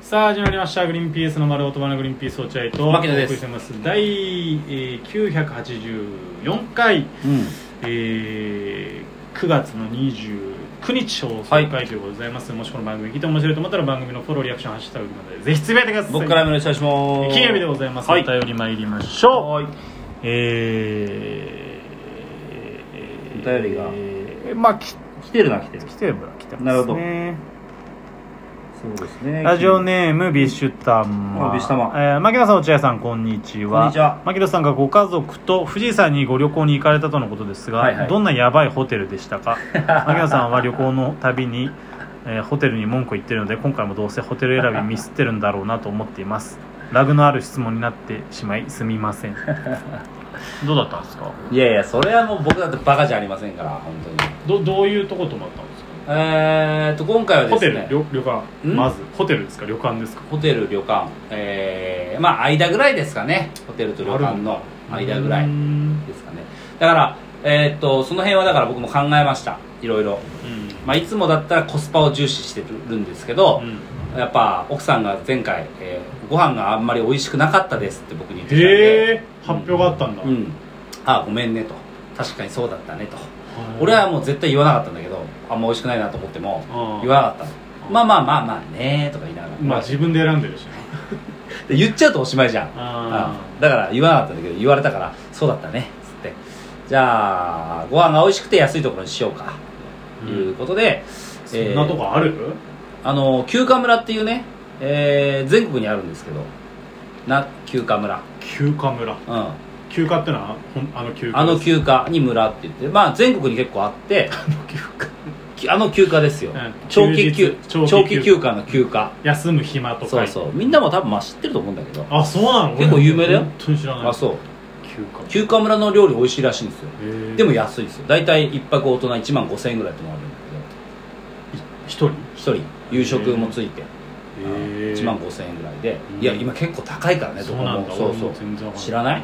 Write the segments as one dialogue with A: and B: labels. A: さあ始まりました「グリーンピースの丸音花グリーンピース落合」と
B: 牧野で
A: お送
B: す
A: りしてます第えー984回、
B: うん、
A: えー9月の29日放送回ということでございます、もしこの番組聞いて面白いと思ったら番組のフォローリアクション「ハッシュタグまでぜひつぶやいてください
B: 僕からもお願いします
A: 金曜日でございます、
B: はい
A: お便り参りましょう
B: はい
A: えー、
B: お便りが
A: えーまあき
B: 来てるな来てる
A: 来てるのは来てますね
B: なるほどそうですね
A: ラジオネームビッシュタマ
B: あビシュタマ
A: えー、牧野さん落合さんこんにちは
B: こんにちは
A: 牧野さんがご家族と富士山にご旅行に行かれたとのことですが、
B: はいはい
A: どんなやばいホテルで したか牧野さんは旅行のたびに、えーホテルに文句を言ってるので今回もどうせホテル選びミスってるんだろうなと思っていますラグのある質問になってしまいすみま せんどうだったんですか
B: いやいやそれはもう僕だってバカじゃありませんから本当に
A: どどういうとこ泊まったんですか
B: えーっと今回はですね
A: 旅旅館
B: ん
A: ずホテルですか旅館ですか
B: ホテル旅館えー、まあ間ぐらいですかねホテルと旅館の間ぐら
A: う
B: い
A: ん
B: ですかねだからえーっとその辺はだから僕も考えましたいろいろまあ、いつもだったらコスパを重視してるんですけど、
A: うん
B: やっぱ奥さんが前回、えーご飯があんまり美味しくなかったですって僕に言ってきたん
A: へ
B: で
A: え発表があったんだ、
B: うん、あごめんねと確かにそうだったねと俺はもう絶対言わなかったんだけどあんま美味しくないなと思っても
A: うん
B: 言わなかったのまあまあまあまあねーとか言いながら、
A: まあ自分で選んでるしね
B: で言っちゃうとおしまいじゃん
A: あ
B: うんだから言わなかったんだけど言われたからそうだったねっつってじゃあご飯が美味しくて安いところにしようかということで、
A: そんなとこある、
B: あの休暇村っていうね、えー全国にあるんですけどな休暇村、
A: 休暇村
B: うん、
A: 休暇ってのはほんあの休暇
B: あの休暇に村って言ってまあ全国に結構あってきあの休暇ですよ、
A: うん
B: 長期休
A: 休日長
B: 長
A: 期
B: 期休暇の休暇
A: 休む暇とか
B: そうそうみんなも多分まあ知ってると思うんだけど
A: あそうなの
B: 結構有名だよ
A: 俺本当に知らない
B: あそう
A: 休暇
B: 休暇村の料理美味しいらしいんですよ
A: へえ
B: でも安いですよ大体1泊大人1万5000円ぐらいってもらえるんだ
A: 一人
B: けど1人夕食もついて
A: へえ
B: 1万5000円ぐらいで
A: うん
B: いや今結構高いからね
A: そ
B: ど
A: う
B: こ
A: なん
B: も
A: だ
B: そう
A: 俺
B: そ
A: も
B: う
A: 全然わかん
B: 知らない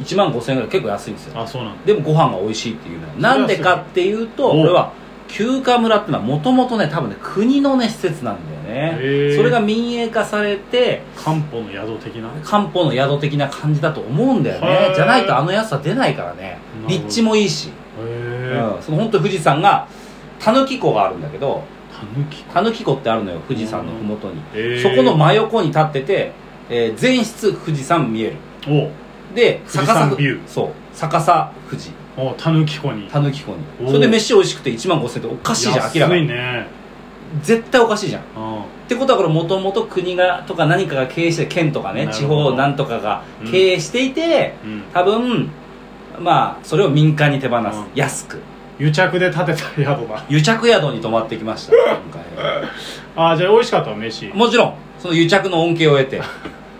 B: 1万5000円ぐらい結構安いんですよ
A: あそうなんだ
B: でもご飯が美味しいっていうのはなんでかっていうと
A: お
B: これは休暇村ってのはもともとね多分ね国のね施設なんだよ
A: へー
B: ねそれが民営化されて
A: 漢方の宿的な
B: 漢方の宿的な感じだと思うんだよ
A: へー
B: ねじゃないとあの安さ出ないからね
A: ほど
B: 立地もいいし、
A: へえ
B: うん、その本当富士山がたぬき湖があるんだけど
A: たぬき
B: たぬき湖ってあるのよ富士山の麓に
A: へえ
B: そこの真横に立ってて、えー全室富士山見える
A: お
B: で
A: 富士山
B: ふ
A: ビュー
B: そう逆さ富士
A: おたぬき湖に
B: たぬき湖
A: おー
B: にそれで飯美味しくて1万5000円っておかしいじゃん明らか
A: 安い
B: に
A: ね
B: 絶対おかしいじゃんっ
A: うん
B: てことはこれもともと国がとか何かが経営して県とかね
A: なる
B: 地
A: ほど
B: 方なんとかが経営していて、
A: うん
B: 多分まあそれを民間に手放す、
A: うん
B: 安く
A: 癒着で建てた宿だ
B: 癒着宿に泊まってきました今
A: あーじゃあ美味しかったわ飯
B: 回もちろんその癒着の恩恵を得 て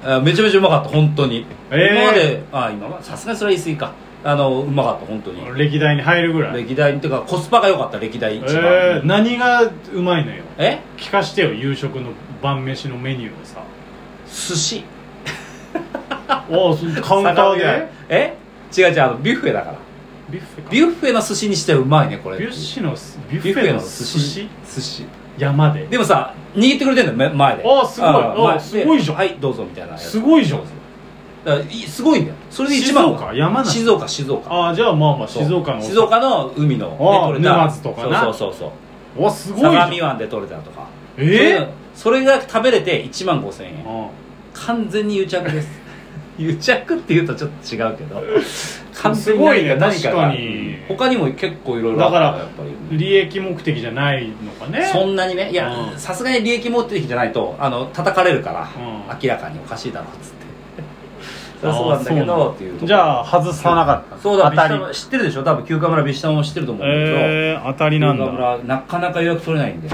B: あめちゃめちゃうまかった本当に、
A: えー
B: 今まであ今はさすがにそれは言い過ぎかあのうまかった本当に
A: 歴代に入るぐらい
B: 歴代っていうかコスパが良かった歴代一番、
A: えー、何がうまいのよ
B: え
A: 聞かしてよ夕食の晩飯のメニューを さ
B: 寿司
A: おーそカウンターで
B: え違う違うあのビュッフェだから
A: ビュッフェか
B: ビュッフェの寿司にしてはうまいねこれ
A: ビュッシュのビュッ
B: ビュッ
A: フ
B: フ
A: ェ
B: ェ
A: の
B: の
A: 寿
B: 寿
A: 司
B: 司寿司
A: 山で
B: でもさ握ってくれてんだよめ前で
A: あーすごい
B: うん
A: あー
B: 前です
A: ごいじゃん
B: はいどうぞみたいなやつ
A: すごいじゃん
B: だからいすごいんだよそれで一
A: 静
B: 番
A: 岡山梨
B: 静岡静岡
A: ああじゃあまあまあ
B: そう
A: 静岡の
B: 静岡の海の、ね
A: ああ、
B: 取れた
A: 沼津とかな
B: そうそうそうそう
A: おすごいじゃ
B: 相
A: ん
B: 模湾で取れたとか
A: え
B: それがそれが食べれて1万5000
A: ー
B: 円
A: あ
B: 完全に癒着です 癒着っていうとちょっと違うけど 完
A: す
B: 全に
A: ごいね
B: 何か何かが
A: 確かに
B: 他にも結構いろいろ
A: だから
B: やっぱり
A: ー利益目的じゃないのかね
B: そんなにねい
A: うん
B: やさすがに利益持ってる人じゃないとあの叩かれるから、
A: うん
B: 明らかにおかしいだろうっつってそ り
A: あー
B: ゃそうなんだけ
A: そうなん
B: どっていう
A: じゃあ外さなかった
B: そうだ
A: 当たり
B: ビシタマ知ってるでしょ多分休暇村ビシタマも知ってると思うんだけど、
A: えー、当たりなんだ
B: 休暇村なかなか予約取れないんで、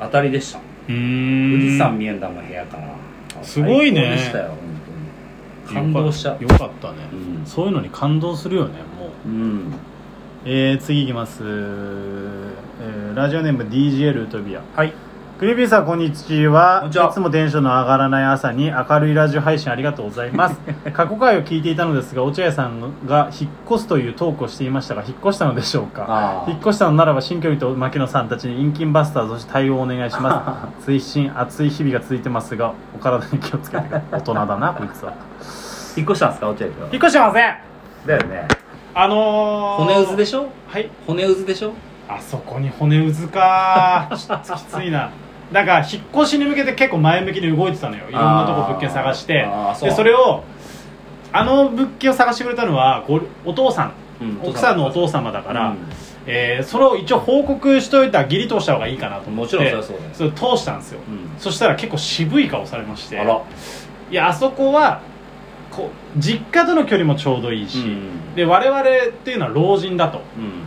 B: 当たりでした
A: うー
B: 富士
A: ん
B: 山見えんだもん部屋から
A: すごいね
B: 最高でしたよ本当に感動しちゃう
A: よかったね、
B: うん
A: そういうのに感動するよねもう
B: うん
A: えー、次いきます、えーラジオネーム DJL トビア
B: はい
A: クリーピーさんこんにちは
B: こんにちはい
A: つもテンションの上がらない朝に明るいラジオ配信ありがとうござい ます過去回を聞いていたのですが落合さんが引っ越すというトークをしていましたが引っ越したのでしょうか
B: あー
A: 引っ越したのならば新居人と牧野さんたちに陰菌バスターとして対応お願いします追伸暑い日々が続いてますがお体に気をつけて大 人だなこいつは
B: 引っ越したんですか落合君
A: 引っ越してません
B: だよね
A: あのー、
B: 骨うずでしょ
A: はい
B: 骨うずでしょ
A: あそこに骨うずかーちょっときついななんか引っ越しに向けて結構前向きに動いてたのよいろんなとこ物件探して
B: あーそう
A: でそれをあの物件を探してくれたのはごお父さん
B: うん
A: 奥さんのお父様だから、
B: う
A: えーそれを一応報告しといた義理通した方がいいかなと
B: ん
A: 思
B: も
A: っ
B: ち
A: て
B: ろんそれはそうだよ
A: それ通したんですよ
B: うん
A: そしたら結構渋い顔されまして
B: あら
A: いやあそこはこう実家との距離もちょうどいいし、
B: うん
A: で我々っていうのは老人だと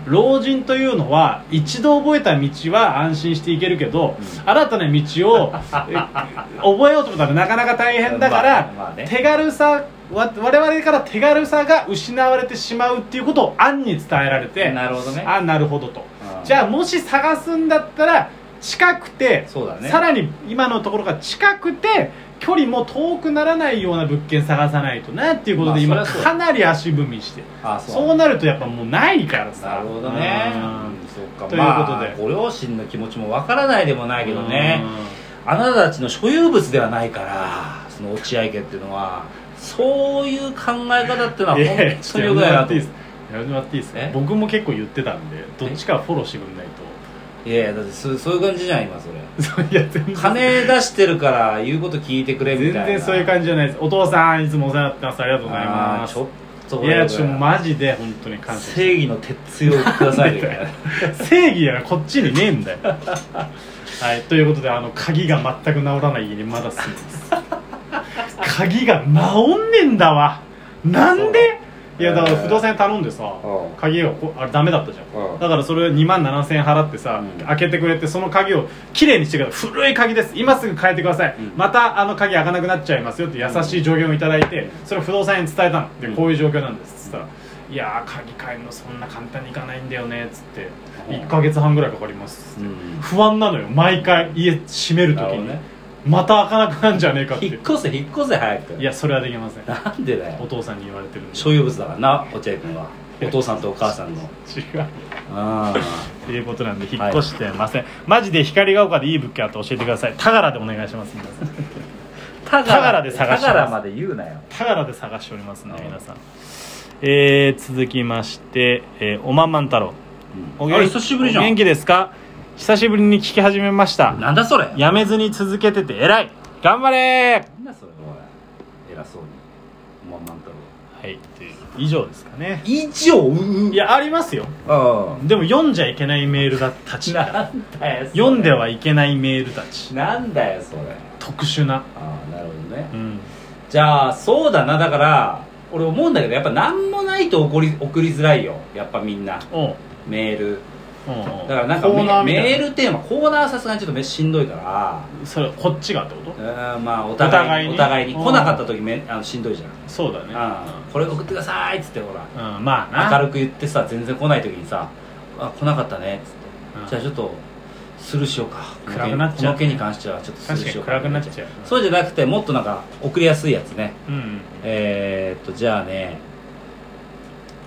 B: うん
A: 老人というのは一度覚えた道は安心していけるけど、
B: う
A: 新たな道 をえ覚えようと思ったらなかなか大変だから、
B: まあまあね
A: 手軽さわ我々から手軽さが失われてしまうっていうことを案に伝えられて
B: なるほどね
A: あなるほどと
B: うん
A: じゃあもし探すんだったら近くて、
B: そうだね
A: さらに今のところが近くて距離も遠くならないような物件探さないとなっていうことで
B: ま
A: 今
B: あそりゃそうだ
A: かなり足踏みして
B: あそう
A: そうなるとやっぱもうないからさ
B: なるほどね
A: うん
B: うんそうか
A: ということで
B: まあご両親の気持ちもわからないでもないけどね
A: う
B: あなたたちの所有物ではないからその落合家っていうのはそういう考え方っていうのは
A: んいやいや
B: 本当
A: ち
B: に
A: ょ
B: よ
A: っと
B: く
A: やめても
B: ない
A: ら
B: な
A: っ
B: と
A: ていい
B: い
A: ですやめてもらっていいですか
B: え
A: 僕も結構言ってたんでどっちかはフォローしてくんない
B: やいやだってそうそういう感じじゃん今それ
A: とそういや全然
B: 金出してるから言うこと聞いてくれみたい
A: 全
B: な
A: 然そういう感じじゃないですお父さんいつもお世話になってますありがとうございま
B: あー
A: す
B: ちょっと
A: い
B: これ
A: やちょっとマジで本当に感謝して
B: 正義の鉄槌をくださいみたい な
A: 正義やらこっちにねえんだよはいということであの鍵が全く治らない家にまだ住んでます鍵が治んねえんだわなんでいやだから不動産屋頼んでさ
B: うん
A: 鍵がこあれダメだったじゃん
B: うん
A: だからそれ2万7000円払ってさ、
B: うん
A: 開けてくれてその鍵をきれいにしてください古い鍵です今すぐ変えてください、
B: うん
A: またあの鍵開かなくなっちゃいますよって優しい助言をいただいてそれを不動産屋に伝えたので
B: うん
A: こういう状況なんですっつったら「いやー鍵変えるのそんな簡単にいかないんだよね」っつって「
B: うん
A: 1ヶ月半ぐらいかかります」っつ
B: う
A: って
B: ん
A: 不安なのよ毎回家閉める
B: な
A: 時
B: るほど
A: に、
B: ね
A: また開かなくなんじゃねえかって
B: 引っ越せ引っ越せ早く
A: いやそれはできません
B: なんでだ
A: お
B: よ
A: 父さんに言われてるんで
B: 所有物だからな落合君はお父さんとお母さんの
A: 違う
B: あ
A: っていうことなんで引っ越してません、マジで光が丘でいい物件あったら教えてください田柄でお願いします皆さん
B: タ
A: 田原で探します
B: タガラまで言うなよ
A: 田柄で探しておりますね
B: はい
A: 皆さんえー、続きまして、えーおまんまん太郎お元
B: あ久しぶりじゃ
A: お元
B: ん
A: 気ですか久しぶりに聞き始めました
B: なんだそれ
A: やめずに続けてて偉い頑張れ
B: なんだそれおい偉そうにおまんまん太郎
A: はいという以上ですかね
B: 一応う
A: いやありますよ
B: う
A: でも読んじゃいけないメールだた
B: ん
A: ち
B: なんだよそれ
A: 読んではいけないメールたち
B: なんだよそれ
A: 特殊な
B: ああなるほどね
A: うん
B: じゃあそうだなだから俺思うんだけどやっぱ何もないと送り送りづらいよやっぱみんな
A: おう
B: メール
A: おうおう
B: だからなんか
A: コーナーみたいな
B: メールテーマコーナーはさすがにちょっとめしんどいから
A: それこっちがってこと
B: うーんまあお互い
A: お
B: にお
A: 互
B: 互
A: い
B: い
A: に
B: に来なかった時めあのしんどいじゃん、
A: そうだね
B: うん、これ送ってくださいっつってほら
A: うんまあな
B: 明るく言ってさ全然来ない時にさ「あ来なかったね」っつって、
A: うん
B: じゃあちょっとスルーしようか
A: 暗くなっちゃう
B: この件に関してはちょっとスルー
A: 確か
B: し
A: に
B: よう
A: 暗くなっちゃう
B: そうじゃなくてもっとなんか送りやすいやつね
A: うんうん
B: えー、っとじゃあね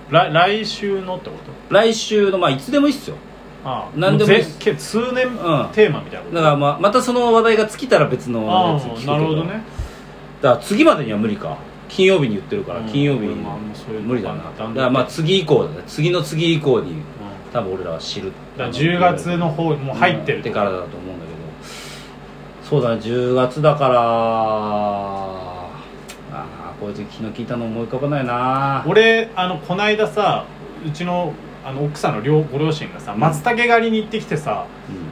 A: 来来週のってこと
B: 来週のまあいつでもいいっすよ
A: ああ
B: 何でもいいっす
A: ぜけ数年
B: うん
A: テーマみたいなこ
B: だ
A: と
B: からまあまたその話題が尽きたら別の
A: あ
B: やつ聞く
A: あ
B: け
A: なるほどね
B: だから次までには無理か金曜日に言ってるから、
A: うん
B: 金曜日
A: 俺もあんまそういうの
B: 無理だなだ
A: だんだん
B: からまあ次以降だね次の次以降に
A: うん
B: 多分俺らは知る
A: だから10月の方もう入ってる
B: うんからだと思うんだけどそうだね10月だからああこういう時昨日聞いたの思い浮かばないな
A: 俺あのこないださうちのあの奥さんの両ご両親がさ
B: ん
A: 松茸狩りに行ってきてさ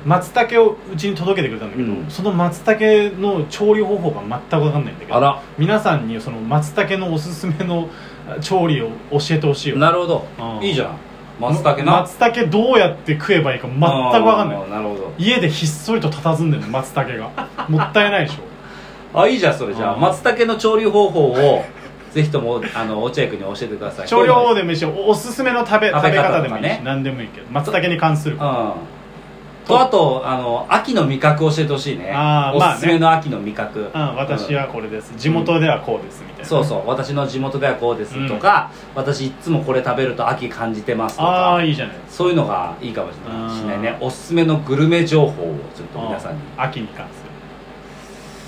A: 松茸をうちに届けてくれたんだけど、
B: うん
A: その松茸の調理方法が全く分かんないんだけ
B: あ
A: ど
B: ら
A: 皆さんにその松茸のおすすめのあ調理を教えてほしいよ
B: なるほど
A: うん
B: いいじゃん松茸な
A: 松茸どうやって食えばいいか全く分かんない
B: あーなるほど
A: 家でひっそりと佇んでるの松茸 がもったいないでしょ
B: あいいじゃんそれじゃあ
A: うん
B: 松茸の調理方法を ぜひともあの落合君に教えてください
A: 調理法
B: で
A: でもいいしおおすすめの食べ
B: 食
A: 食べ
B: べ方
A: 方でもいい
B: と
A: し、
B: かね
A: 何でもいいけど松茸に関する
B: うんとあとあの秋の味覚教えてほしいね
A: あー
B: お
A: まあね
B: すすめの秋の味覚、
A: うん、私はこれです地元ではこうですみたいな、
B: そうそう私の地元ではこうですとか、私いつもこれ食べると秋感じてますと
A: あ
B: か
A: あいいじゃないですか
B: そういうのがいいかもしれないしないね
A: う
B: おすすめのグルメ情報をちょっと皆さんに
A: あー秋に関す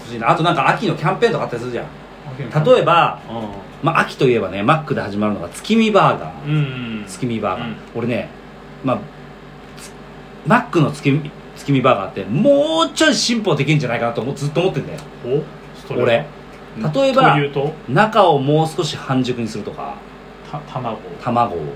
B: 欲しいなあとなんか秋のキャンペーンとかあったりするじゃん
A: る
B: 例えば、
A: う
B: まあ、秋といえばねマックで始まるのが月見バーガー
A: ん、うん、
B: 月見バーガー、
A: うん
B: 俺ねまあつマックの月見月見バーガーってもうちょい進歩できるんじゃないかなと思うずっと思ってんだよ
A: おそれ
B: 俺
A: うん
B: 例えば
A: というと
B: 中をもう少し半熟にするとか
A: た卵
B: 卵を
A: うんうん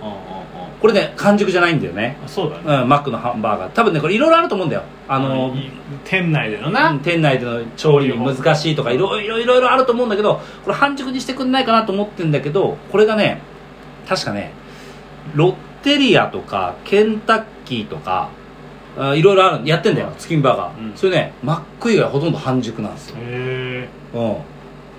B: これね完熟じゃないんだよね
A: うんそうだね、
B: うん、マックのハンバーガー多分ねこれいろいろあると思うんだよあの、
A: いい店内でのな、
B: うん店内での調理難しいとかいろいろいろいろあると思うんだけどこれ半熟にしてくんないかなと思ってんだけどこれがね確かねロッテリアとかケンタッキーとかあいろいろあるやってんだよ月見バーガー、
A: うん
B: それねマック以外ほとんど半熟なんですよ、
A: へ
B: うん、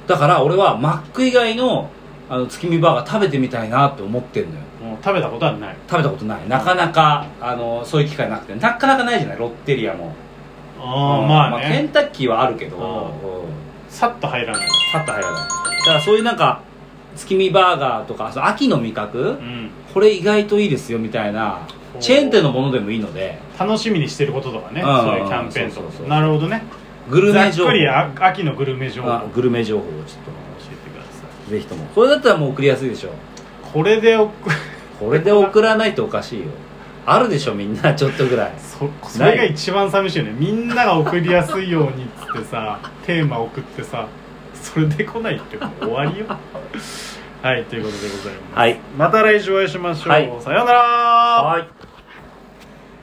B: だから俺はマック以外のあの月見バーガー食べてみたいなって思ってんのよ
A: えもう食べたことはない
B: 食べたことないなかなかあのそういう機会なくてなかなかないじゃないロッテリアも
A: あ
B: う
A: あ
B: ん
A: まあ
B: ケ
A: ね
B: ンタッキーはあるけど、
A: う
B: うん
A: さっと入らない
B: さっと入らないだからそういうなんか月見バーガーとかその秋の味覚
A: うん
B: これ意外といいですよみたいな
A: ほう
B: チェーン店のものでもいいので
A: 楽しみにしてることとかね
B: うん
A: そういうキャンペーンと
B: そうそう
A: か
B: そう
A: なるほどね
B: グル
A: ざ
B: メ
A: っ
B: 情報
A: くりあ秋のグルメ情報
B: あ
A: 教
B: グルメ情報をちょ
A: えてくださ
B: っとぜひともこれだったらもう送りやすいでしょ
A: いこれでおく
B: これで送らないとおかしいよあるでしょみんなちょっとぐらい
A: そそれが一番寂しいよねみんなが送りやすいようにっつってさ テーマ送ってさそれで来ないってもう終わり よはいということでございます、
B: はい
A: また来週お会いしましょう、
B: はい
A: さようなら
B: はい